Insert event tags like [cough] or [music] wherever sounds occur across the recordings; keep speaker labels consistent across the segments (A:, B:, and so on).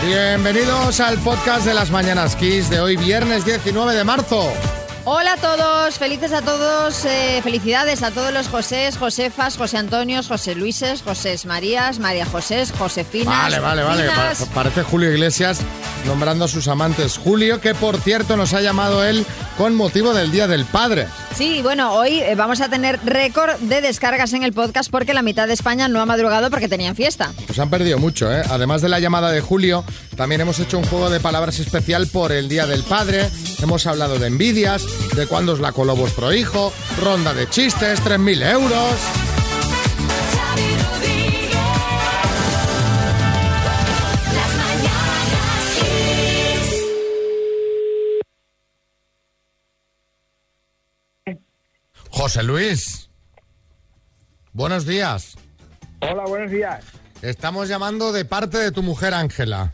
A: Bienvenidos al podcast de las Mañanas Kiss de hoy, viernes 19 de marzo.
B: Hola a todos, felices a todos, eh, felicidades a todos los Josés, Josefas, José Antonios, José Luises, José Marías, María José, Josefina.
A: Vale, vale, vale. Pa- parece Julio Iglesias nombrando a sus amantes. Julio, que por cierto nos ha llamado él con motivo del Día del Padre.
B: Sí, bueno, hoy eh, vamos a tener récord de descargas en el podcast porque la mitad de España no ha madrugado porque tenían fiesta.
A: Pues han perdido mucho, ¿eh? Además de la llamada de Julio, también hemos hecho un juego de palabras especial por el Día del Padre. Hemos hablado de envidias, de cuándo os la coló vuestro hijo, ronda de chistes, 3.000 euros. José Luis. Buenos días.
C: Hola, buenos días.
A: Estamos llamando de parte de tu mujer Ángela.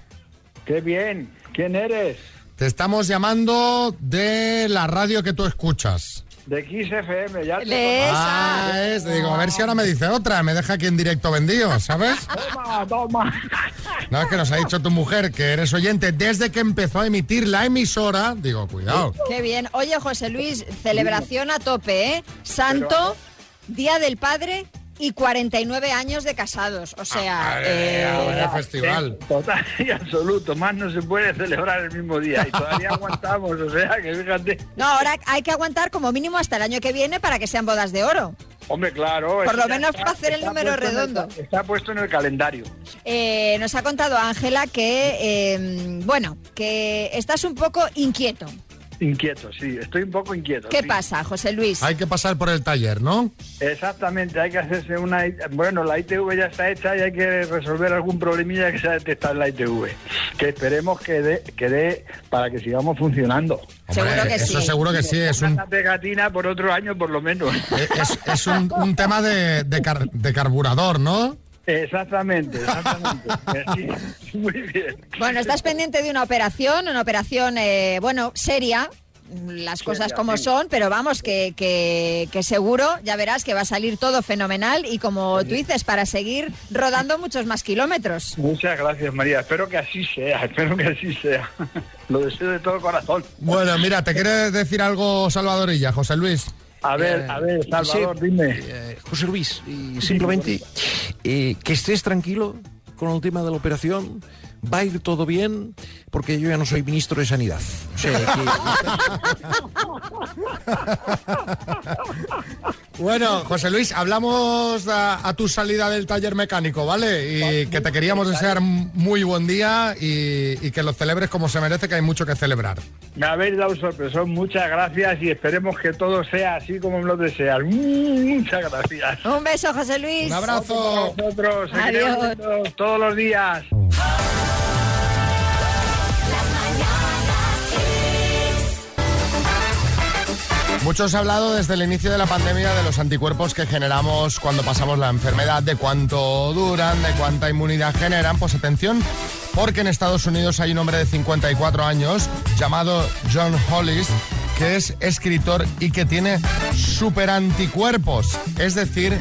C: Qué bien. ¿Quién eres?
A: Te estamos llamando de la radio que tú escuchas.
C: De XFM, ya te
B: Le-
C: conozco.
A: Ah, es. Digo, a ver si ahora me dice otra. Me deja aquí en directo vendido, ¿sabes?
C: Toma, toma.
A: No, es que nos ha dicho tu mujer que eres oyente desde que empezó a emitir la emisora. Digo, cuidado.
B: Qué bien. Oye, José Luis, celebración a tope, ¿eh? Santo, Día del Padre y 49 años de casados. O
A: Ah,
B: sea,
A: Madre mía,
B: eh,
A: vaya festival.
C: [laughs] Total y absoluto. Más no se puede celebrar el mismo día. Y todavía aguantamos. O sea, que fíjate.
B: no, ahora hay que aguantar como mínimo hasta el año que viene para que sean bodas de oro.
C: Hombre, claro.
B: Por
C: eso
B: lo
C: ya
B: menos para hacer el número
C: puesto en el
B: redondo.
C: ca- está puesto en el calendario.
B: Eh, nos ha contado Ángela que, eh, bueno, que estás un poco inquieto.
C: Inquieto, sí. Estoy un poco inquieto.
B: ¿Qué
C: sí.
B: pasa, José Luis?
A: Hay que pasar por el taller, ¿no?
C: Exactamente. Hay que hacerse una... Bueno, la ITV ya está hecha y hay que resolver algún problemilla que se ha detectado en la ITV. Que esperemos que dé que dé para que sigamos funcionando.
B: Seguro que
A: eso
B: sí.
A: seguro que sí. Es un,
C: Una pegatina por otro año por lo menos.
A: es, es un, un tema de, de car- de carburador, ¿no? [laughs]
C: Exactamente, exactamente. Sí, muy bien.
B: Bueno, estás pendiente de una operación, una operación, eh, bueno, seria, las cosas
C: Seria,
B: como
C: sí.
B: son, pero vamos, que, que- que seguro, ya verás que va a salir todo fenomenal y como tú dices, para seguir rodando muchos más kilómetros.
C: Muchas gracias, María. Espero que así sea, espero que así sea. [laughs] Lo deseo de todo corazón.
A: Bueno, mira, te quiere decir algo Salvadorilla, José Luis.
C: A
A: Eh,
C: ver, a ver, Salvador,
D: sí.
C: dime.
D: Eh, José Luis, y simplemente eh, que estés tranquilo con el tema de la operación. Va a ir todo bien, porque yo ya no soy ministro de Sanidad. O sea,
A: [laughs]
D: que-
A: Bueno, José Luis, hablamos a, a tu salida del taller mecánico, ¿vale? Y que te queríamos desear m- muy buen día y, y que lo celebres como se merece, que hay mucho que celebrar.
C: Me habéis dado un sorpresón, muchas gracias y esperemos que todo sea así como lo deseas. Mm, Muchas gracias.
B: Un beso, José Luis.
A: Un abrazo.
C: Nosotros,
B: Adiós.
C: todos los días.
A: Muchos ha hablado desde el inicio de la pandemia de los anticuerpos que generamos cuando pasamos la enfermedad, de cuánto duran, de cuánta inmunidad generan. Pues atención, porque en Estados Unidos hay un hombre de 54 años llamado John Hollis que es escritor y que tiene superanticuerpos, es decir,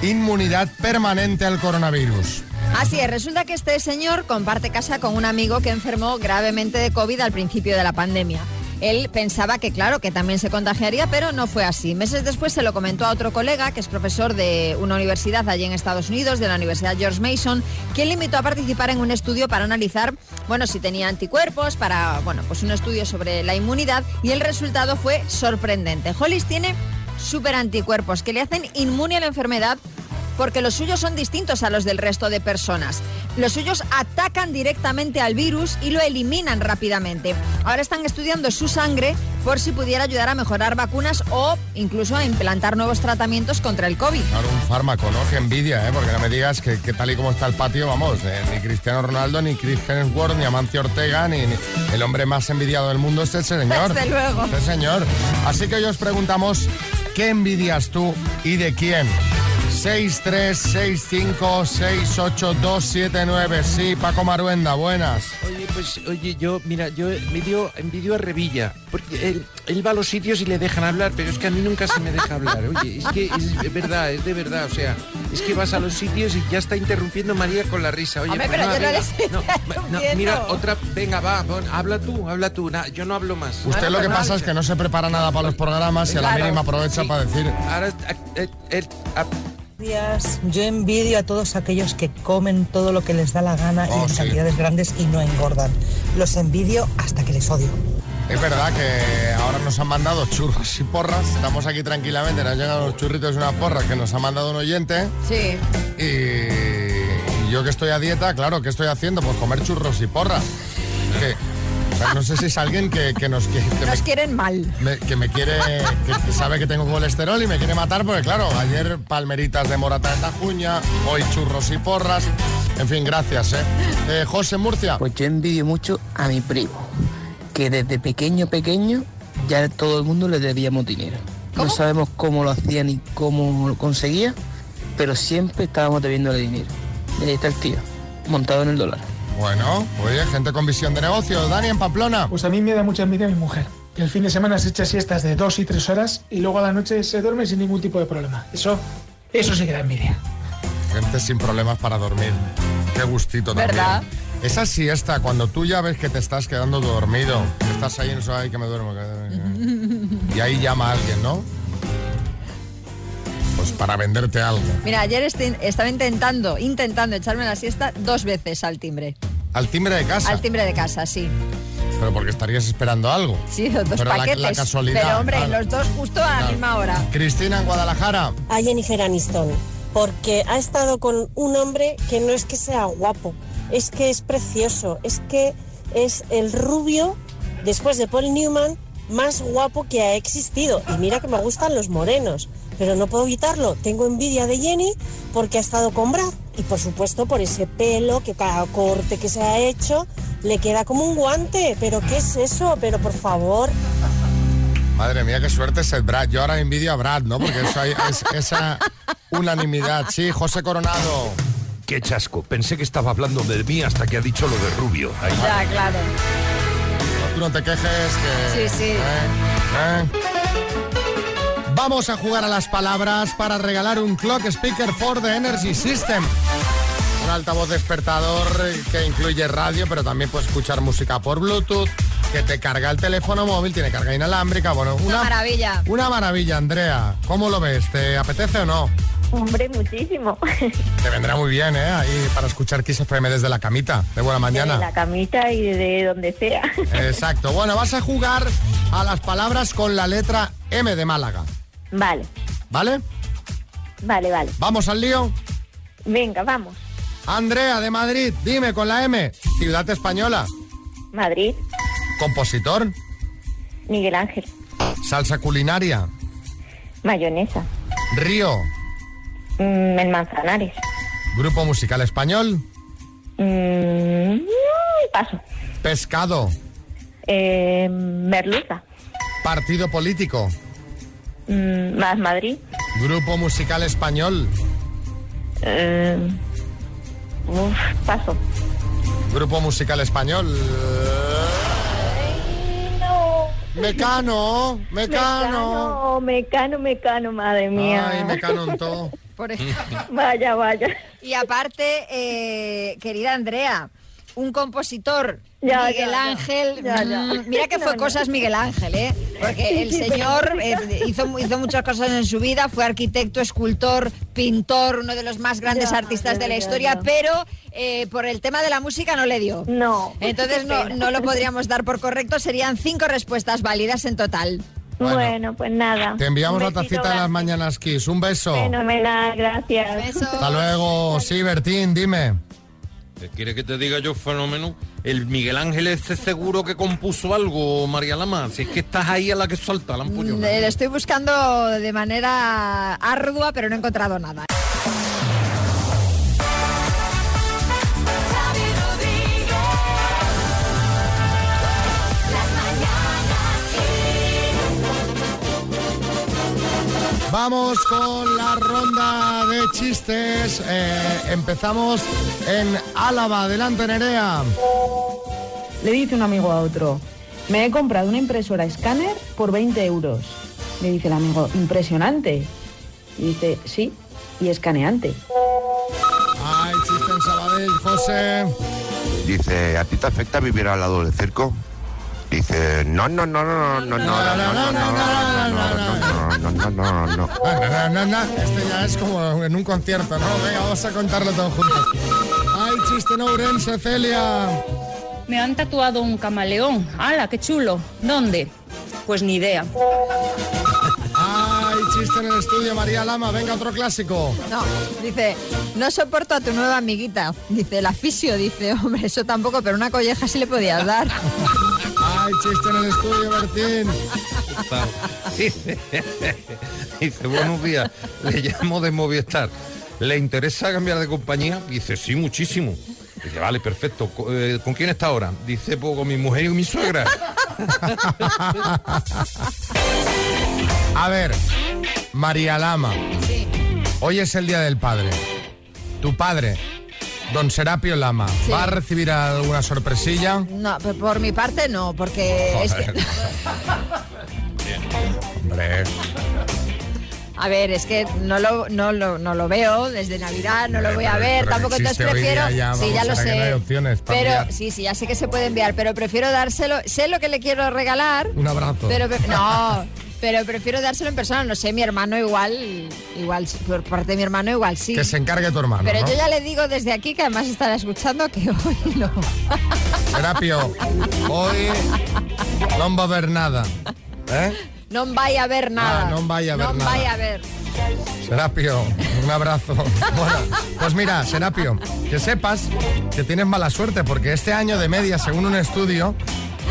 A: inmunidad permanente al coronavirus.
B: Así es, resulta que este señor comparte casa con un amigo que enfermó gravemente de COVID al principio de la pandemia. Él pensaba que, claro, que también se contagiaría, pero no fue así. Meses después se lo comentó a otro colega, que es profesor de una universidad allí en Estados Unidos, de la Universidad George Mason, quien le invitó a participar en un estudio para analizar, bueno, si tenía anticuerpos, para, bueno, pues un estudio sobre la inmunidad, y el resultado fue sorprendente. Hollis tiene superanticuerpos que le hacen inmune a la enfermedad porque los suyos son distintos a los del resto de personas. Los suyos atacan directamente al virus y lo eliminan rápidamente. Ahora están estudiando su sangre por si pudiera ayudar a mejorar vacunas o incluso a implantar nuevos tratamientos contra el COVID.
A: Claro, un fármaco, ¿no? Qué envidia, ¿eh? Porque no me digas que, que tal y como está el patio, vamos, eh, ni Cristiano Ronaldo, ni Chris Hemsworth, ni Amancio Ortega, ni, ni- el hombre más envidiado del mundo es ese señor.
B: Desde luego.
A: Este señor. Así que hoy os preguntamos, ¿qué envidias tú y de quién? 636568279. Sí, Paco Maruenda, buenas.
D: Oye, pues, oye, yo, mira, yo envidio, envidio a Revilla, porque él, él va a los sitios y le dejan hablar, pero es que a mí nunca se me deja hablar. Oye, es que es verdad, es de verdad, o sea, es que vas a los sitios y ya está interrumpiendo María con la risa. Oye,
B: Hombre,
D: pues
B: pero
D: nada,
B: yo no
D: venga,
B: les estoy interrumpiendo.
D: mira, otra, venga, va, pon, habla tú, habla tú, na- yo pues no hablo más.
A: Usted lo que pasa es que no se prepara nada para los programas y a la
D: Claro,
A: mínima aprovecha
D: sí.
A: para decir
D: Ahora, eh, eh, ah,
E: días. Yo envidio a todos aquellos que comen todo lo que les da la gana
A: Oh,
E: y en
A: sí.
E: cantidades grandes y no engordan. Los envidio hasta que les odio.
A: Es verdad que ahora nos han mandado churros y porras. Estamos aquí tranquilamente, nos llegan los churritos y unas porras que nos ha mandado un oyente.
B: Sí.
A: Y, y yo que estoy a dieta, claro, ¿qué estoy haciendo? Pues comer churros y porras. Que, o sea, no sé si es alguien que, que nos quiere. que me-
B: Nos quieren mal.
A: me- que me quiere, que, que sabe que tengo colesterol y me quiere matar, porque claro, ayer palmeritas de morata de tajuña, hoy churros y porras. En fin, gracias, ¿eh? Eh, José Murcia.
F: Pues yo envidio mucho a mi primo, que desde pequeño, pequeño, ya todo el mundo le debíamos dinero.
B: ¿Cómo?
F: No sabemos cómo lo hacía ni cómo lo conseguía, pero siempre estábamos debiéndole dinero. Y ahí está el tío, montado en el dólar.
A: Bueno, oye, gente con visión de negocio. Dani en Pamplona.
G: Pues a mí me da mucha envidia mi mujer, que el fin de semana se echa siestas de dos y tres horas y luego a la noche se duerme sin ningún tipo de problema. Eso, eso sí que da envidia.
A: Gente sin problemas para dormir. Qué gustito también.
B: ¿Verdad?
A: Esa siesta, cuando tú ya ves que te estás quedando dormido, que estás ahí en eso, ay, que me duermo. que- Y ahí llama a alguien, ¿no? Pues para venderte algo.
B: Mira, ayer este- estaba intentando, intentando echarme la siesta dos veces al timbre.
A: Al timbre de casa.
B: Al timbre de casa, sí.
A: Pero porque estarías esperando algo.
B: Sí, los dos
A: Pero la- la
B: paquetes.
A: casualidad,
B: pero hombre,
A: claro.
B: los dos justo a la
A: Claro.
B: misma hora.
A: Cristina en Guadalajara.
H: a Jennifer Aniston, porque ha estado con un hombre que no es que sea guapo, es que es precioso, es que es el rubio, después de Paul Newman, más guapo que ha existido. Y mira que me gustan los morenos, pero no puedo evitarlo. Tengo envidia de Jenny porque ha estado con Brad. Y por supuesto por ese pelo, que cada corte que se ha hecho le queda como un guante. ¿Pero qué es eso? Pero por favor,
A: Madre mía, qué suerte es el Brad. Yo ahora envidio a Brad, ¿no? Porque eso hay- es esa unanimidad. Sí, José Coronado.
I: Qué chasco. Pensé que estaba hablando de mí hasta que ha dicho lo de Rubio. Ahí.
B: Ya, claro.
A: Tú no te quejes que...
B: Sí, sí.
A: ¿eh? ¿eh? Vamos a jugar a las palabras para regalar un clock speaker for the Energy System. Un altavoz despertador que incluye radio, pero también puedes escuchar música por Bluetooth, que te carga el teléfono móvil, tiene carga inalámbrica, bueno, una,
B: maravilla.
A: Una maravilla, Andrea. ¿Cómo lo ves? ¿Te apetece o no?
J: Hombre, muchísimo. [laughs]
A: Te vendrá muy bien, ¿eh? Ahí para escuchar Kiss FM desde la camita. De buena mañana.
J: De la camita y de donde sea. [laughs]
A: Exacto. Bueno, vas a jugar a las palabras con la letra M de Málaga.
J: Vale,
A: ¿Vale?
J: vale, vale.
A: Vamos al lío.
J: Venga, vamos.
A: Andrea de Madrid, dime con la M. Ciudad española.
J: Madrid,
A: Compositor.
J: Miguel Ángel,
A: Salsa culinaria.
J: mayonesa,
A: Río.
J: mm, el Manzanares.
A: Grupo musical español.
J: mm, paso.
A: Pescado.
J: Eh, merluza,
A: Partido político.
J: mm, más Madrid.
A: Grupo musical español.
J: eh, uf, paso.
A: Grupo musical español.
J: No.
A: Mecano. Mecano.
J: Mecano, mecano, mecano, madre mía.
A: Ay, mecano en todo. [laughs]
B: Por ejemplo.
J: Vaya, vaya.
B: Y aparte, eh, querida Andrea, un compositor,
J: Ya, ya,
B: Miguel
J: ya.
B: Ángel.
J: Ya, ya.
B: mm, Mira que fue
J: No, no.
B: cosas Miguel Ángel, ¿eh? Porque el señor eh, hizo, hizo muchas cosas en su vida, fue arquitecto, escultor, pintor, uno de los más grandes
J: Ya,
B: artistas
J: ya,
B: de la
J: ya,
B: historia,
J: ya.
B: pero eh, por el tema de la música no le dio.
J: No.
B: Entonces
J: qué
B: no,
J: pena.
B: no lo podríamos dar por correcto, serían cinco respuestas válidas en total.
A: Bueno.
J: Bueno, pues nada.
A: Te enviamos
J: Un
A: la
J: besito
A: tacita de las
J: grande.
A: mañanas Kiss. Un beso.
J: Fenomenal, gracias.
B: Besos.
A: Hasta luego. Sí, Bertín, dime.
D: ¿Quiere que te diga yo fenómeno? El Miguel Ángel este seguro que compuso algo, María Lama. Si es que estás ahí a la que suelta, la
B: Mm, eh, Lo estoy buscando de manera ardua, pero no he encontrado nada.
A: Vamos con la ronda de chistes. Eh, empezamos en Álava. Adelante, Nerea.
K: Le dice un amigo a otro, me he comprado una impresora escáner por 20 euros. Le dice el amigo, impresionante. Y dice, sí, y escaneante.
A: Ay, chiste en Sabadell, José.
L: Dice, ¿a ti te afecta vivir al lado del circo? Dice, no, no, no, no, no, no, no, no, no, no, no, no, no, no, no, no.
A: Ah, Na, na, na, na. Este ya es como en un concierto, ¿no? Venga, vamos a contarlo todo juntos. Ay, chiste en Ourense, Celia.
M: Me han tatuado un camaleón. ¡Hala, qué chulo! ¿Dónde? Pues ni idea.
A: Ay, chiste en el estudio, María Lama. Venga, otro clásico.
B: No, dice, no soporto a tu nueva amiguita. Dice, la fisio, dice, hombre, eso tampoco, pero una colleja sí le podías dar.
A: Ay, chiste en el estudio, Martín.
D: Dice, [laughs] dice, buenos días, le llamo de Movistar. ¿Le interesa cambiar de compañía? Dice, sí, muchísimo. Dice, vale, perfecto. Co- eh, ¿Con quién está ahora? Dice, pues con mi mujer y mi suegra.
A: A ver, María Lama. Hoy es el Día del Padre. Tu padre, don Serapio Lama,
B: Sí.
A: ¿va a recibir alguna sorpresilla?
B: No, por- por mi parte no, porque es que...
A: Joder. Hombre.
B: A ver, es que no lo, no lo, no lo veo desde Navidad, no lo voy a
A: Pero-
B: ver,
A: pero
B: tampoco entonces
A: existe hoy día
B: prefiero.
A: ya, vamos,
B: sí, ya lo
A: ahora que no hay
B: sé.
A: opciones para
B: pero
A: enviar.
B: sí, sí, ya sé que se puede enviar, pero prefiero dárselo. Sé lo que le quiero regalar.
A: Un abrazo.
B: Pero pre- no, pero prefiero dárselo en persona. No sé, mi hermano igual, igual sí, por parte de mi hermano igual sí.
A: Que se encargue tu hermano.
B: pero
A: ¿no?
B: yo ya le digo desde aquí que además estará escuchando que hoy no.
A: Serapio, hoy no va a haber nada. ¿Eh?
B: No vaya a ver nada.
A: Ah, no vaya a ver
B: No
A: nada.
B: vaya a ver.
A: Serapio, un abrazo. Bueno, pues mira, Serapio, que sepas que tienes mala suerte porque este año de media, según un estudio,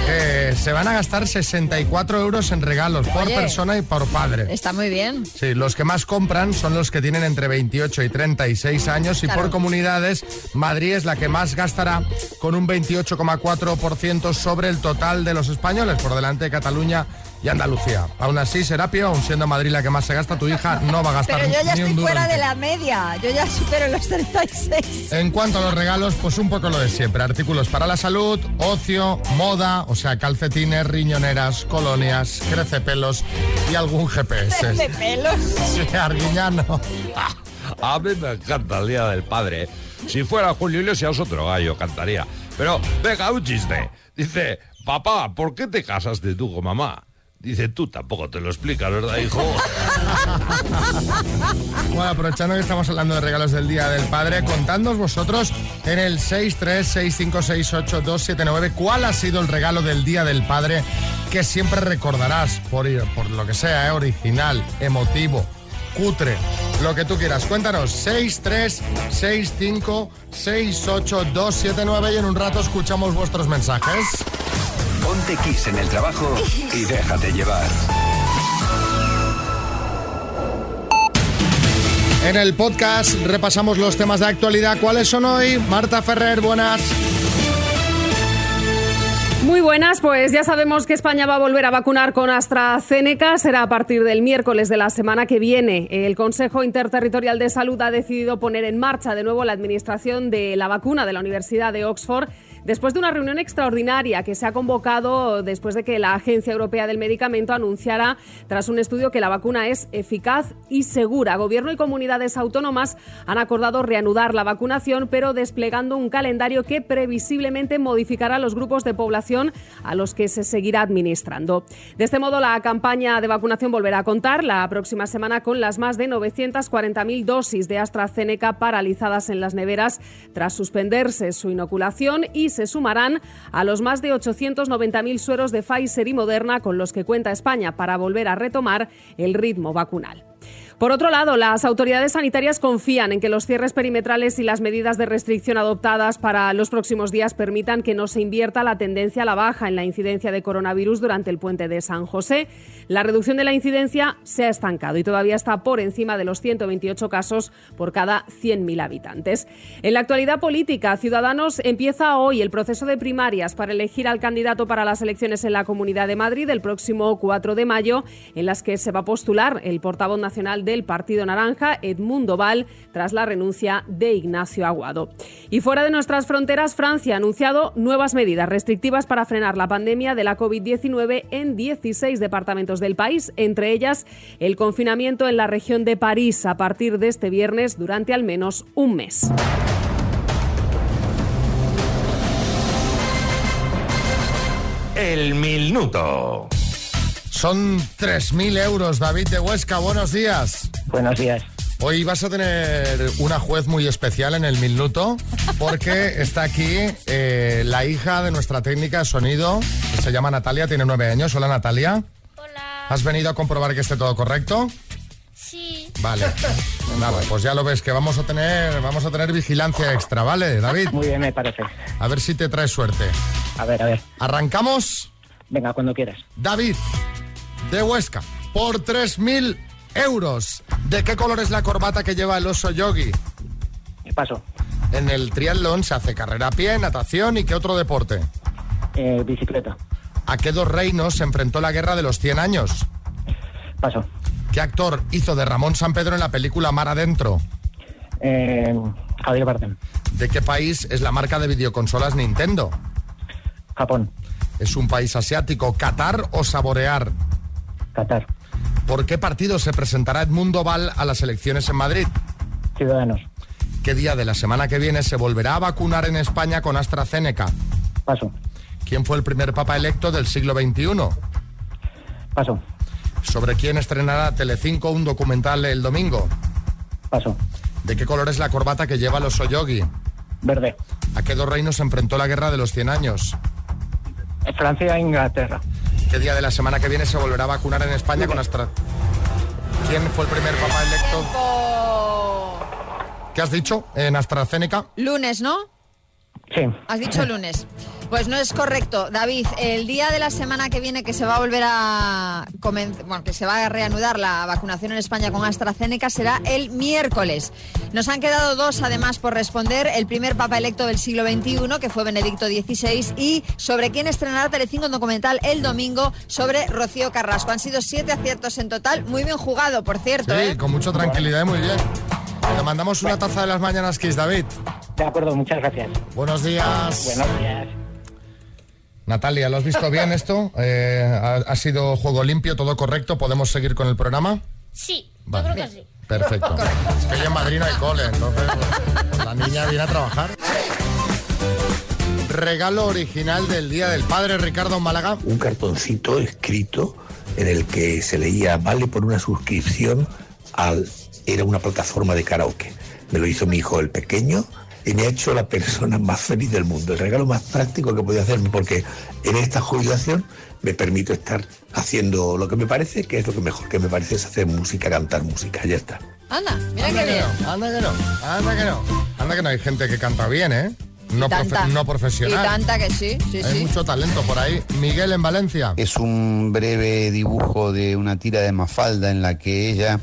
A: eh, se van a gastar 64 euros en regalos por
B: Oye.
A: persona y por padre.
B: Está muy bien.
A: Sí, los que más compran son los que tienen entre 28 y 36 años y
B: Claro.
A: por comunidades, Madrid es la que más gastará con un 28,4% sobre el total de los españoles, por delante de Cataluña y Andalucía. Aún así, Serapio, aún siendo Madrid la que más se gasta, tu hija no va a gastar
B: Pero yo ya
A: ni un
B: estoy
A: duro
B: fuera
A: en
B: de la media. Yo ya supero los [laughs] 36.
A: en cuanto a los regalos, pues un poco lo de siempre. Artículos para la salud, ocio, moda, o sea, calcetines, riñoneras, colonias, crecepelos y algún GPS.
B: pelos.
A: [laughs] Sí, Arguiñano.
I: A mí me encanta el Día del Padre. ¿eh? Si fuera Julio Iglesias, otro gallo cantaría. Pero, venga, un chiste. Dice, papá, ¿por qué te casaste tú con mamá? Dice, tú tampoco te lo explicas, ¿verdad, hijo?
A: Bueno, aprovechando que estamos hablando de regalos del Día del Padre, contadnos vosotros en el 636568279 cuál ha sido el regalo del Día del Padre que siempre recordarás por, por lo que sea, ¿eh? original, emotivo, cutre, lo que tú quieras. Cuéntanos, 636568279 y en un rato escuchamos vuestros mensajes.
N: Ponte Kiss en el trabajo y déjate llevar.
A: En el podcast repasamos los temas de actualidad. ¿Cuáles son hoy? Marta Ferrer, buenas.
O: Muy buenas, pues ya sabemos que España va a volver a vacunar con AstraZeneca. Será a partir del miércoles de la semana que viene. El Consejo Interterritorial de Salud ha decidido poner en marcha de nuevo la administración de la vacuna de la Universidad de Oxford después de una reunión extraordinaria que se ha convocado después de que la Agencia Europea del Medicamento anunciara tras un estudio que la vacuna es eficaz y segura. Gobierno y comunidades autónomas han acordado reanudar la vacunación, pero desplegando un calendario que previsiblemente modificará los grupos de población a los que se seguirá administrando. De este modo, la campaña de vacunación volverá a contar la próxima semana con las más de 940.000 dosis de AstraZeneca paralizadas en las neveras tras suspenderse su inoculación y se sumarán a los más de 890.000 sueros de Pfizer y Moderna con los que cuenta España para volver a retomar el ritmo vacunal. Por otro lado, las autoridades sanitarias confían en que los cierres perimetrales y las medidas de restricción adoptadas para los próximos días permitan que no se invierta la tendencia a la baja en la incidencia de coronavirus durante el puente de San José. La reducción de la incidencia se ha estancado y todavía está por encima de los 128 casos por cada 100.000 habitantes. En la actualidad política, Ciudadanos empieza hoy el proceso de primarias para elegir al candidato para las elecciones en la Comunidad de Madrid el próximo 4 de mayo, en las que se va a postular el portavoz nacional del Partido Naranja, Edmundo Val, tras la renuncia de Ignacio Aguado. Y fuera de nuestras fronteras, Francia ha anunciado nuevas medidas restrictivas para frenar la pandemia de la COVID-19 en 16 departamentos del país, entre ellas el confinamiento en la región de París a partir de este viernes durante al menos un mes.
I: El minuto.
A: Son 3.000 euros, David de Huesca. Buenos días.
P: Buenos días.
A: Hoy vas a tener una juez muy especial en el minuto porque está aquí eh, la hija de nuestra técnica de sonido, que se llama Natalia, tiene nueve años. Hola Natalia. Hola. ¿Has venido a comprobar que esté todo correcto?
Q: Sí.
A: Vale. Nada, pues ya lo ves que vamos a tener, vamos a tener vigilancia extra, ¿vale, David?
P: Muy bien, me parece.
A: A ver si te trae suerte.
P: A ver, a ver.
A: ¿Arrancamos?
P: Venga, cuando quieras.
A: David, de Huesca, por 3.000 euros. ¿De qué color es la corbata que lleva el oso yogi?
P: ¿Qué paso?
A: En el triatlón se hace carrera a pie, natación y qué otro deporte.
P: Eh, bicicleta.
A: ¿A qué dos reinos se enfrentó la guerra de los 100 años?
P: Paso.
A: ¿Qué actor hizo de Ramón San Pedro en la película Mar Adentro?
P: Eh, Javier Bardem.
A: ¿De qué país es la marca de videoconsolas Nintendo?
P: Japón.
A: ¿Es un país asiático Qatar o saborear?
P: Qatar.
A: ¿Por qué partido se presentará Edmundo Val a las elecciones en Madrid?
P: Ciudadanos.
A: ¿Qué día de la semana que viene se volverá a vacunar en España con AstraZeneca?
P: Paso.
A: ¿Quién fue el primer papa electo del siglo XXI?
P: Paso.
A: ¿Sobre quién estrenará Telecinco un documental el domingo?
P: Paso.
A: ¿De qué color es la corbata que lleva los Oyogi?
P: Verde.
A: ¿A qué dos reinos se enfrentó la guerra de los 100 años?
P: Francia e Inglaterra.
A: ¿Qué día de la semana que viene se volverá a vacunar en España con Astra? ¿Quién fue el primer papa electo? ¿Qué has dicho en AstraZeneca?
B: Lunes, ¿no?
P: Sí.
B: Has dicho lunes. Pues no es correcto, David. El día de la semana que viene que se va a volver a comen- bueno, que se va a reanudar la vacunación en España con AstraZeneca será el miércoles. Nos han quedado dos además por responder. El primer papa electo del siglo XXI, que fue Benedicto XVI, y sobre quién estrenará Telecinco un documental el domingo sobre Rocío Carrasco. Han sido siete aciertos en total. Muy bien jugado, por cierto.
A: Sí,
B: ¿eh?
A: con mucha tranquilidad, y muy bien. Te mandamos una taza de las mañanas, Kiss, David.
P: De acuerdo, muchas gracias.
A: Buenos días.
P: Buenos días.
A: Natalia, ¿lo has visto bien esto? Eh, ha, ha sido juego limpio, todo correcto. ¿Podemos seguir con el programa?
Q: Sí,
A: Vale.
Q: yo creo que sí.
A: Perfecto. Es que yo en Madrid no hay cole, entonces pues, pues la niña viene a trabajar. Regalo original del Día del Padre, Ricardo Málaga.
R: un cartoncito escrito en el que se leía vale por una suscripción al era una plataforma de karaoke. Me lo hizo mi hijo el pequeño y me ha hecho la persona más feliz del mundo. El regalo más práctico que podía hacerme porque en esta jubilación me permito estar haciendo lo que me parece, que es lo que mejor que me parece es hacer música, cantar música. Ya está.
B: Anda, mira
A: Anda
B: qué
A: que
B: bien.
A: no, anda que no, anda que no. Anda que no hay gente que canta bien, ¿eh? No, profe-
B: Tanta.
A: no profesional.
B: Y tanta que sí, sí,
A: Hay
B: sí.
A: mucho talento por ahí. Miguel en Valencia.
S: Es un breve dibujo de una tira de Mafalda en la que ella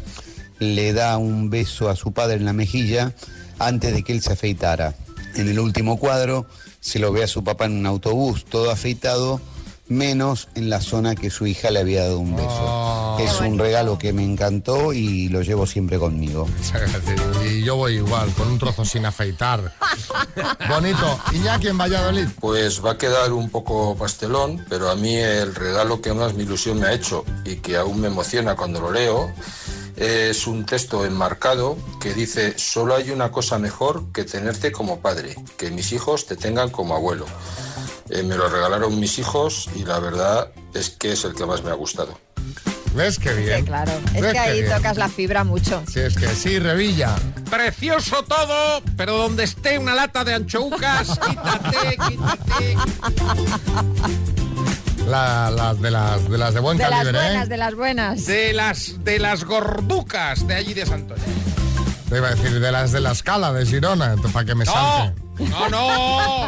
S: le da un beso a su padre en la mejilla antes de que él se afeitara. En el último cuadro se lo ve a su papá en un autobús, todo afeitado, menos en la zona que su hija le había dado un beso.
A: Oh.
S: es un regalo que me encantó y lo llevo siempre conmigo.
A: Y yo voy igual, con un trozo sin
T: [laughs]
A: afeitar. Bonito. Iñaki en Valladolid.
T: Pues va a quedar un poco pastelón, pero a mí el regalo que más mi ilusión me ha hecho y que aún me emociona cuando lo leo es un texto enmarcado que dice, solo hay una cosa mejor que tenerte como padre, que mis hijos te tengan como abuelo. Eh, me lo regalaron mis hijos y la verdad es que es el que más me ha gustado.
A: ¿Ves qué bien?
B: Claro.
A: Ves
B: Es que
A: qué
B: ahí
A: Pues bien.
B: tocas la fibra mucho.
A: Sí, es que sí, Revilla.
D: Precioso todo, pero donde esté una lata de anchoucas, quítate, quítate.
A: La- las de las de las de buen
B: de las
A: calibre,
B: buenas,
A: ¿eh?
B: de las buenas.
D: De las, de las gorducas de allí de Santoña.
A: ¿eh? Te iba a decir, de las de la escala de Girona, entonces, para que me salte.
D: No, no.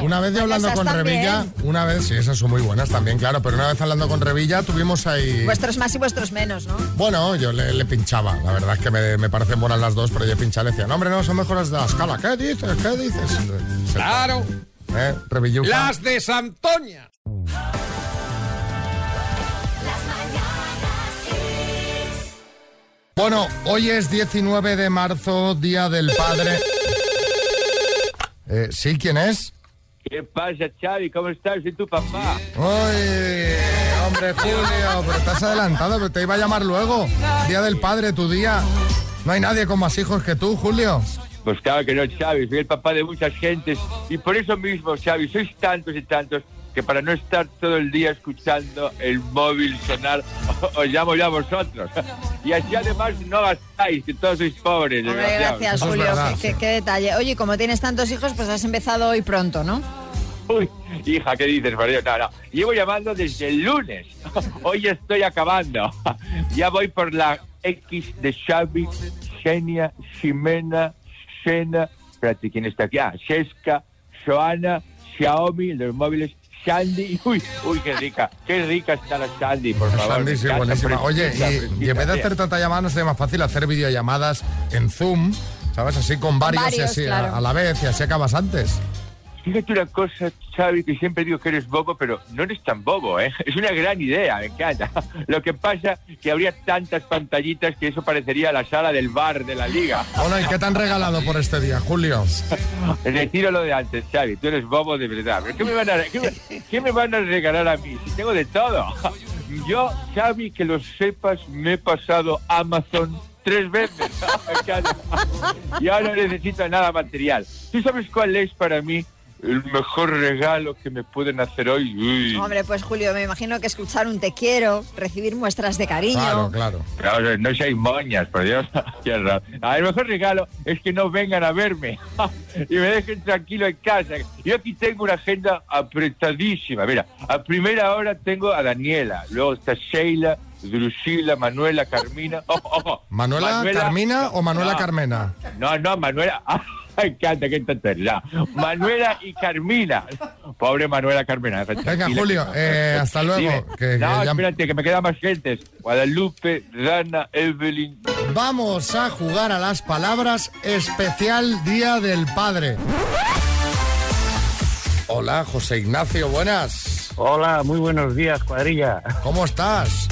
A: Una
B: Pues
A: vez yo hablando con Revilla, una vez, sí, esas son muy buenas también, claro, pero una vez hablando con Revilla tuvimos ahí...
B: Vuestros más y vuestros menos, ¿no?
A: Bueno, yo le, le pinchaba, la verdad es que me, me parecen buenas las dos, pero yo pinchaba le decía, no hombre, no, son mejores de la escala, ¿qué dices? ¿Qué dices?
D: Claro.
A: ¿Eh? Revilluca.
D: Las de Santoña.
A: Bueno, hoy es 19 de marzo, Día del Padre. Eh, ¿Sí? ¿Quién es?
Q: ¿Qué pasa, Xavi? ¿Cómo estás? Soy tu papá.
A: ¡Uy! Hombre, Julio, pero estás adelantado, pero te iba a llamar luego. Día del Padre, tu día. No hay nadie con más hijos que tú, Julio.
Q: Pues claro que no, Xavi. Soy el papá de muchas gentes. Y por eso mismo, Xavi, sois tantos y tantos que para no estar todo el día escuchando el móvil sonar, [laughs] os llamo ya a vosotros. [laughs] Y así además no gastáis, que todos sois pobres.
B: Hombre,
Q: desgraciados.
B: gracias, Julio. qué, qué- qué detalle. Oye, como tienes tantos hijos, pues has empezado hoy pronto, ¿no?
Q: Uy, hija, ¿qué dices, por Dios? No, no. Llevo llamando desde el lunes. [laughs] Hoy estoy acabando. [laughs] Ya voy por la X de Xavi, Xenia, Ximena, Xena. Espérate, ¿quién está aquí? Ah, Xesca, Joana, Xiaomi, los móviles, Sandy. [laughs] Uy, uy, qué rica. Qué rica está la Sandy, por favor.
A: Sandy, sí,
Q: Me encanta,
A: buenísima. Oye,
Q: preciosa,
A: y, y en vez de
Q: preciosa.
A: hacer tanta llamada, no sería más fácil hacer videollamadas en Zoom, ¿sabes? Así con varios, y
Q: varios,
A: así a-
Q: claro.
A: a la vez, y así acabas antes.
Q: Fíjate una cosa, Xavi, que siempre digo que eres bobo, pero no eres tan bobo, ¿eh? [laughs] Es una gran idea, me encanta. [laughs] Lo que pasa que habría tantas pantallitas que eso parecería la sala del bar de la liga.
A: Hola, ¿y qué te han regalado por este día, Julio?
Q: Retiro lo de antes, Xavi, tú eres bobo de verdad. ¿Pero ¿Qué me van a, qué me- qué me van a regalar a mí? Si tengo de todo. [laughs] Yo, Xavi, que lo sepas, me he pasado Amazon tres veces. [laughs] Me encanta. Ya no necesito nada material. ¿Tú sabes cuál es para mí el mejor regalo que me pueden hacer hoy? Uy.
B: Hombre, pues Julio, me imagino que escuchar un te quiero, recibir muestras de cariño.
A: claro.
Q: no seáis moñas, por Dios. [laughs] Qué raro. A ver, el mejor regalo es que no vengan a verme [laughs] y me dejen tranquilo en casa. Yo aquí tengo una agenda apretadísima. Mira, a primera hora tengo a Daniela, luego está Sheila, Drusila,
A: [laughs]
Q: Manuela, Carmina. Ojo, ojo.
A: ¿Manuela, Carmina o Manuela
Q: No.
A: Carmena?
Q: No, no, Manuela. [laughs] Ah, Me encanta que tontería. Manuela y Carmina. Pobre Manuela Carmina.
A: Venga, Julio, eh, hasta luego,
Q: Dime.
A: que- que
Q: no,
A: ya-
Q: espérate, que me quedan más gentes. Guadalupe, Dana, Evelyn.
A: Vamos a jugar a las palabras especial Día del Padre. Hola, José Ignacio, buenas.
U: Hola, muy buenos días, cuadrilla. [laughs]
A: ¿Cómo estás?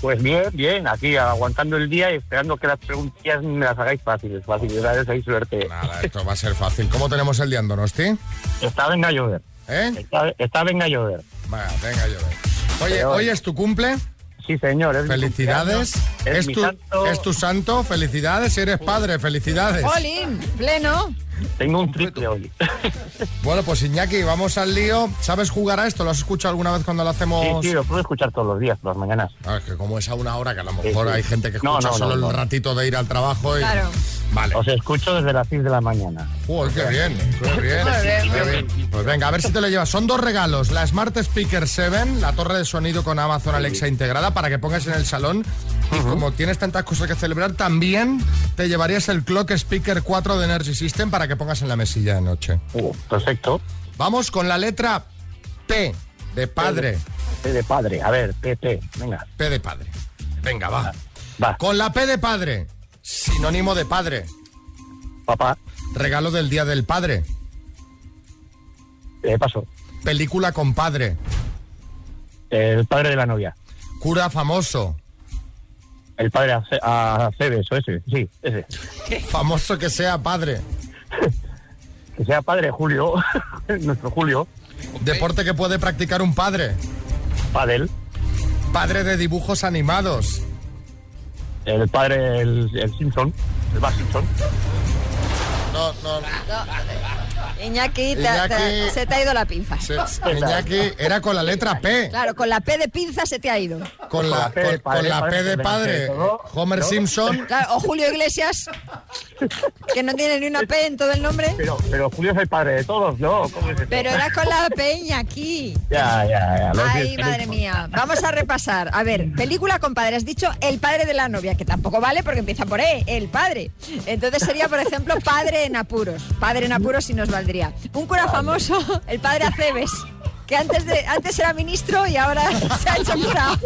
U: Pues bien, bien, aquí aguantando el día y esperando que las preguntas me las hagáis fáciles, fáciles, gracias, hay suerte.
A: Nada, esto va a ser fácil. ¿Cómo tenemos el día en Donosti?
U: Está venga a llover.
A: ¿Eh?
U: Está, está venga a llover.
A: Va, venga a llover. Oye, hoy es tu cumple.
U: Sí, señor. es mi
A: Felicidades.
U: cumpleaños, Es, mi
A: tu,
U: santo.
A: es tu santo. Felicidades. Eres padre. Felicidades.
B: ¡Jolín! ¡Pleno!
U: Tengo un triple hoy.
A: Bueno, pues Iñaki, vamos al lío. ¿Sabes jugar a esto? ¿Lo has escuchado alguna vez cuando lo hacemos?
U: Sí, sí, lo puedo escuchar todos los días, por las mañanas.
A: A ver, que como Ah, es a una hora, que a lo mejor hay gente que
U: No,
A: escucha
U: no, no,
A: solo
U: no.
A: el ratito de ir al trabajo. Y...
U: Claro.
A: Vale.
U: Os escucho desde las 6 de la mañana.
A: Joder, qué bien, qué bien,
U: Muy bien,
A: qué
U: muy
A: bien. Pues venga, a ver si te lo llevas. Son dos regalos. La Smart Speaker 7, la torre de sonido con Amazon Alexa integrada para que pongas en el salón. Y como tienes tantas cosas que celebrar, también te llevarías el Clock Speaker 4 de Energy System para que pongas en la mesilla de noche.
U: Uh, perfecto.
A: Vamos con la letra P de padre.
U: P de padre, a ver, P, P, venga.
A: P de padre. Venga, va. Con la P de padre, sinónimo de padre.
U: Papá.
A: Regalo del Día del Padre.
U: Eh, paso.
A: Película con padre.
U: El padre de la novia.
A: Cura famoso.
U: El padre a, Ce- a Cebes, o ese, sí, ese.
A: Famoso que sea padre.
U: Que sea padre Julio, [laughs] nuestro Julio.
A: Deporte que puede practicar un padre.
U: Padel.
A: Padre de dibujos animados.
U: El padre, el, el Simpson, el Bart Simpson.
A: No, no.
B: Iñaki, te ha- te ha-
A: Iñaki.
B: se te ha ido la pinza.
A: Iñaki, era con la letra P.
B: Claro, con la P de pinza se te ha ido.
A: Con la,
B: Con la P de
A: con- con
B: padre,
A: la P
B: parece
A: de
B: que
A: padre,
B: me quedó,
A: Homer
B: ¿no? [laughs]
A: Simpson.
B: Claro, o Julio Iglesias, que no tiene ni una P en todo el nombre.
P: Pero, pero Julio es el padre de todos, ¿no? ¿Cómo es eso?
B: Pero era con la P Iñaki.
P: Ya, ya, ya. lo
B: Ay,
P: siento.
B: madre mía. Vamos a repasar. A ver, película con padre. Has dicho el padre de la novia, que tampoco vale porque empieza por E, el padre. Entonces sería, por ejemplo, padre en apuros. Padre en apuros si nos valdría. Un cura famoso, el padre Aceves. Que antes, de, antes era ministro y ahora se ha hecho cura.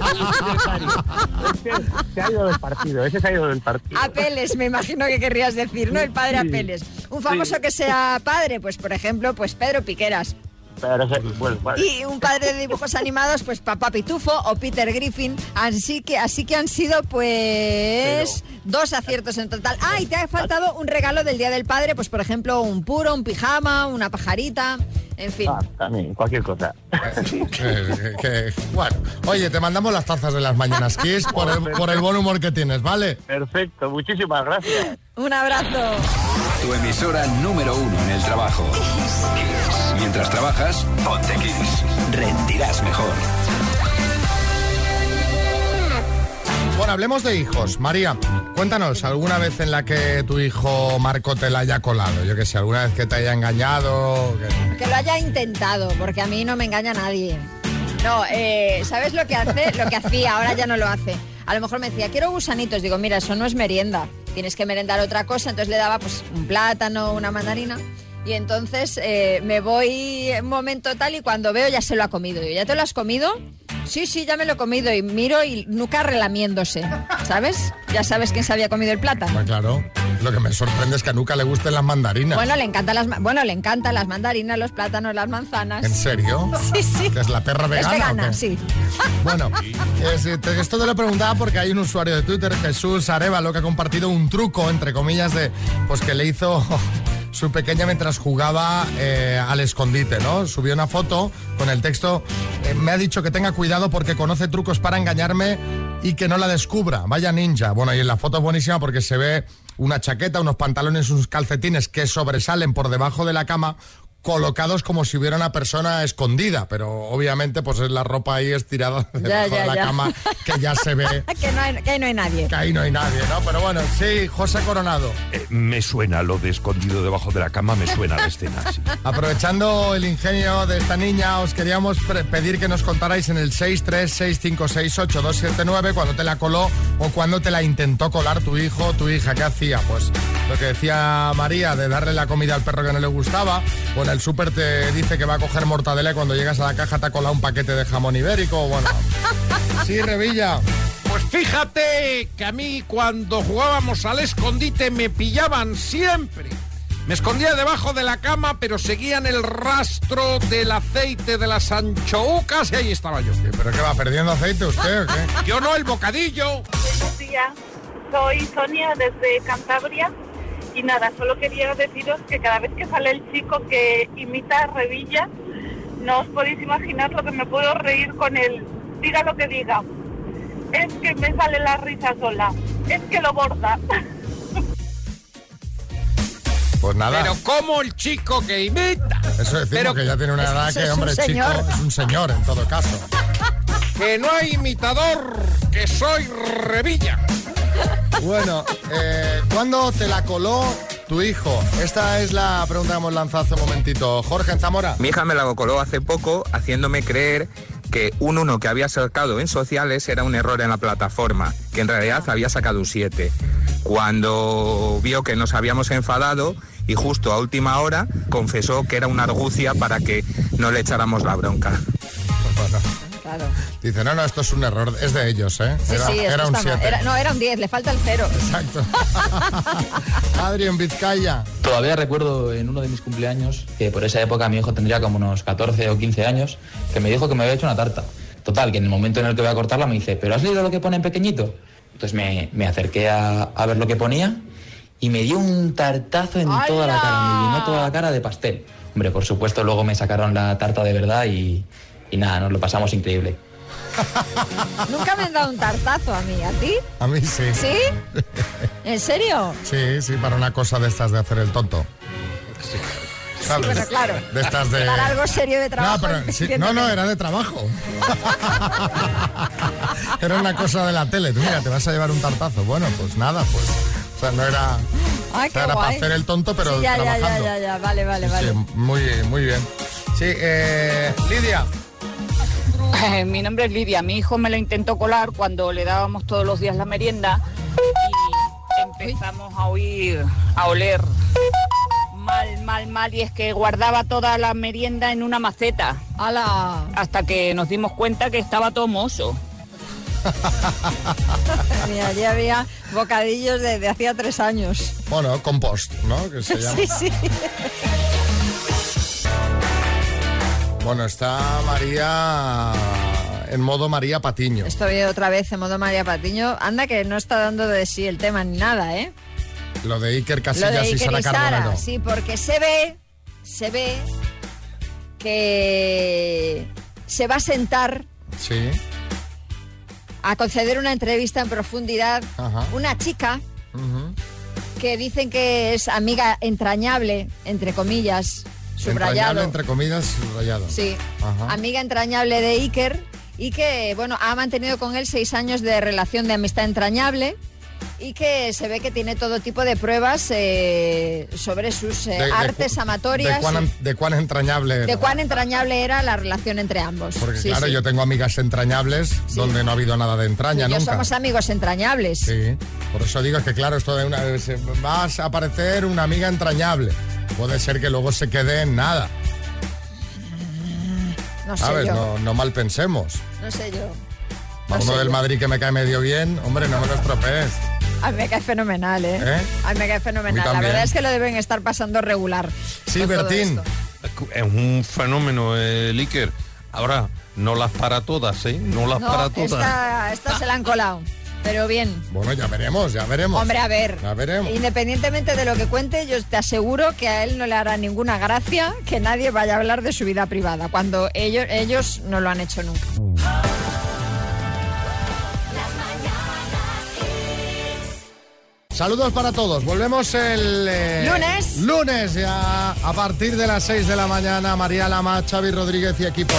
P: Se ha ido del partido, ese se ha ido del partido.
B: [laughs] Apeles, me imagino que querrías decir, ¿no? El padre
P: Sí.
B: Apeles. Un famoso
P: Sí.
B: que sea padre, pues por ejemplo, pues Pedro Piqueras.
P: Pero ese, bueno, vale.
B: Y un padre de dibujos animados, pues Papá Pitufo o Peter Griffin. Así que, así que han sido, pues, dos aciertos en total. Ah, y te ha faltado un regalo del Día del Padre, pues por ejemplo, un puro, un pijama, una pajarita, en fin.
P: Ah, también, cualquier cosa.
A: Eh, que- bueno, oye, te mandamos las tazas de las mañanas Kiss por el, por el buen humor que tienes, ¿vale?
P: Perfecto, muchísimas gracias.
B: Un abrazo.
N: Tu emisora número uno en el trabajo. Kiss. Mientras trabajas, ponte Kiss. Rendirás mejor.
A: Bueno, hablemos de hijos. María, cuéntanos, ¿alguna vez en la que tu hijo Marco te la haya colado? Yo que sé, ¿alguna vez que te haya engañado? Que-
B: Que lo haya intentado, porque a mí no me engaña nadie. No, eh, ¿sabes lo que hace? Lo que hacía, ahora ya no lo hace. A lo mejor me decía, quiero gusanitos. Digo, mira, eso no es merienda. Tienes que merendar otra cosa. Entonces le daba pues un plátano, una mandarina. Y entonces eh, me voy un momento tal y cuando veo ya se lo ha comido. Digo, ¿ya te lo has comido? Sí, sí, ya me lo he comido. Y miro y nunca relamiéndose, ¿sabes? Ya sabes quién se había comido el plátano.
A: Bueno, claro, lo que me sorprende es que a Nuca le gusten las mandarinas.
B: Bueno, le encantan las, ma- bueno, le encantan las mandarinas, los plátanos, las manzanas.
A: ¿En serio?
B: Sí, sí.
A: ¿Que es la perra vegana?
B: Es
A: o
B: vegana,
A: qué?
B: sí.
A: Bueno, eh, sí, te- esto te lo preguntaba porque hay un usuario de Twitter, Jesús Arevalo, que ha compartido un truco, entre comillas, de pues que le hizo [laughs] su pequeña mientras jugaba eh, al escondite, ¿no? Subió una foto con el texto, eh, me ha dicho que tenga cuidado porque conoce trucos para engañarme y que no la descubra, vaya ninja. Bueno, y en la foto es buenísima porque se ve una chaqueta, unos pantalones, unos calcetines que sobresalen por debajo de la cama colocados como si hubiera una persona escondida, pero obviamente pues es la ropa ahí estirada debajo
B: ya,
A: de la
B: ya.
A: cama que ya se ve
B: que, no hay, que ahí no hay nadie.
A: que ahí no hay nadie, ¿no? Pero bueno, sí, José Coronado.
I: Eh, me suena lo de escondido debajo de la cama, me suena la escena. sí.
A: Aprovechando el ingenio de esta niña, os queríamos pre- pedir que nos contarais en el 636568279 cuando te la coló o cuando te la intentó colar tu hijo o tu hija. ¿Qué hacía? Pues lo que decía María, de darle la comida al perro que no le gustaba. Bueno, el súper te dice que va a coger mortadela y cuando llegas a la caja te ha colado un paquete de jamón ibérico. Bueno, sí, Revilla.
D: Pues fíjate que a mí cuando jugábamos al escondite me pillaban siempre. Me escondía debajo de la cama, pero seguían el rastro del aceite de las anchoucas y ahí estaba yo.
A: ¿Pero qué va perdiendo aceite usted o qué?
D: Yo no, el bocadillo.
C: Buenos días, soy Sonia desde Cantabria y nada, solo quería deciros que cada vez que sale el chico que imita a Revilla, no os podéis imaginar lo que me puedo reír con él. Diga lo que diga. Es que me sale la risa sola. Es que lo borda.
A: Pues nada.
D: Pero como el chico que imita.
A: Eso decimos
D: Pero-
A: que ya tiene una
D: Es-
A: edad
D: es
A: que,
D: un
A: hombre, chico,
D: señor.
A: es un señor en todo caso.
D: Que no hay imitador, que soy revilla.
A: Bueno, eh, ¿cuándo te la coló tu hijo? Esta es la pregunta que hemos lanzado hace un momentito. Jorge en Zamora.
V: Mi hija me la coló hace poco haciéndome creer que un 1 que había sacado en sociales era un error en la plataforma, que en realidad había sacado un 7. Cuando vio que nos habíamos enfadado y justo a última hora confesó que era una argucia para que no le echáramos la bronca.
A: Bueno, dice, no, no, esto es un error, es de ellos, ¿eh?
B: Sí,
A: era
B: sí, esto
A: era un
B: está mal.
A: 7.
B: Era- no, era un 10, le falta el
A: [laughs]
B: 0.
A: Exacto. Adri en Vizcaya.
W: Todavía recuerdo en uno de mis cumpleaños, que por esa época mi hijo tendría como unos 14 o 15 años, que me dijo que me había hecho una tarta. Total, que en el momento en el que voy a cortarla me dice, ¿pero has leído lo que pone en pequeñito? Entonces me, me acerqué a, a ver lo que ponía y me dio un tartazo en toda la cara, me llenó toda la cara de pastel. Hombre, por supuesto, luego me sacaron la tarta de verdad y, y nada, nos lo pasamos increíble.
B: Nunca me han dado un tartazo a mí, ¿a ti?
A: A mí sí.
B: ¿Sí? ¿En serio?
A: Sí, sí, para una cosa de estas de hacer el tonto. ¿sabes?
B: bueno, claro.
A: De estas de...
B: Para algo serio de
A: No,
B: trabajo.
A: pero sí, no, no, era de trabajo. [laughs] Era una cosa de la tele. Tú, mira, te vas a llevar un tartazo. Bueno, pues nada, pues. O sea, no era,
B: Ay,
A: o
B: qué
A: sea, era para
B: guay.
A: hacer el tonto, pero
B: Sí, ya, ya,
A: trabajando.
B: ya, ya, ya. Vale, vale,
A: Sí,
B: vale.
A: sí, muy, muy bien. Sí, eh, Lidia.
E: Eh, Mi nombre es Lidia. Mi hijo me lo intentó colar cuando le dábamos todos los días la merienda y empezamos a oír, a oler mal, mal, mal. Y es que guardaba toda la merienda en una maceta. Hasta que nos dimos cuenta que estaba todo mozo.
B: Mira, allí había bocadillos de, de hacía tres años.
A: Bueno, compost, ¿no? Que se llama.
B: [laughs] Sí, sí.
A: Bueno, está María en modo María Patiño.
B: Estoy otra vez en modo María Patiño. Anda que no está dando de sí el tema ni nada, ¿eh?
A: Lo de Iker
B: Lo
A: Casillas
B: de
A: y
B: Iker
A: Sara
B: y Sara,
A: Carbonero.
B: sí, porque se ve, se ve que se va a sentar
A: Sí.
B: a conceder una entrevista en profundidad
A: Ajá.
B: una chica
A: Ujú.
B: que dicen que es amiga entrañable, entre comillas,
A: Entrañable,
B: subrayado.
A: entre comillas, subrayado.
B: Sí,
A: Ajá.
B: amiga entrañable de Iker y que, bueno, ha mantenido con él seis años de relación de amistad entrañable y que se ve que tiene todo tipo de pruebas eh, sobre sus eh,
A: De- de
B: artes
A: cu-
B: amatorias.
A: De cuán,
B: y-
A: an- de cuán entrañable.
B: de
A: era.
B: cuán entrañable era la relación entre ambos.
A: Porque
B: Sí,
A: claro,
B: sí.
A: yo tengo amigas entrañables donde no ha habido nada de
B: Tú y
A: entraña
B: yo
A: nunca.
B: somos amigos entrañables.
A: Sí, por eso digo que claro, esto de una se- vas a aparecer una amiga entrañable. Puede ser que luego se quede en nada.
B: No sé
A: ¿Sabes?
B: yo.
A: No, no mal pensemos.
B: No sé yo.
A: A
B: No
A: uno
B: sé
A: del
B: yo.
A: Madrid que me cae medio bien, hombre, no me lo estropees.
B: A mí me cae fenomenal, ¿eh?
A: ¿Eh?
B: A mí me cae
A: A
B: fenomenal.
A: mí
B: La
A: también.
B: verdad es que lo deben estar pasando regular.
I: Sí,
B: con todo
I: Bertín.
B: esto.
I: Es un fenómeno el Iker. Ahora, no las para todas, ¿eh? No las
B: No,
I: para todas.
B: esta, esta se la han colado. Pero bien.
A: Bueno, ya veremos, ya veremos.
B: Hombre, a ver.
A: Ya veremos.
B: Independientemente de lo que cuente, yo te aseguro que a él no le hará ninguna gracia que nadie vaya a hablar de su vida privada, cuando ellos, ellos no lo han hecho nunca.
A: Saludos para todos. Volvemos el eh,
B: Lunes.
A: Lunes ya a partir de las 6 de la mañana. María Lama, Xavi Rodríguez y equipo.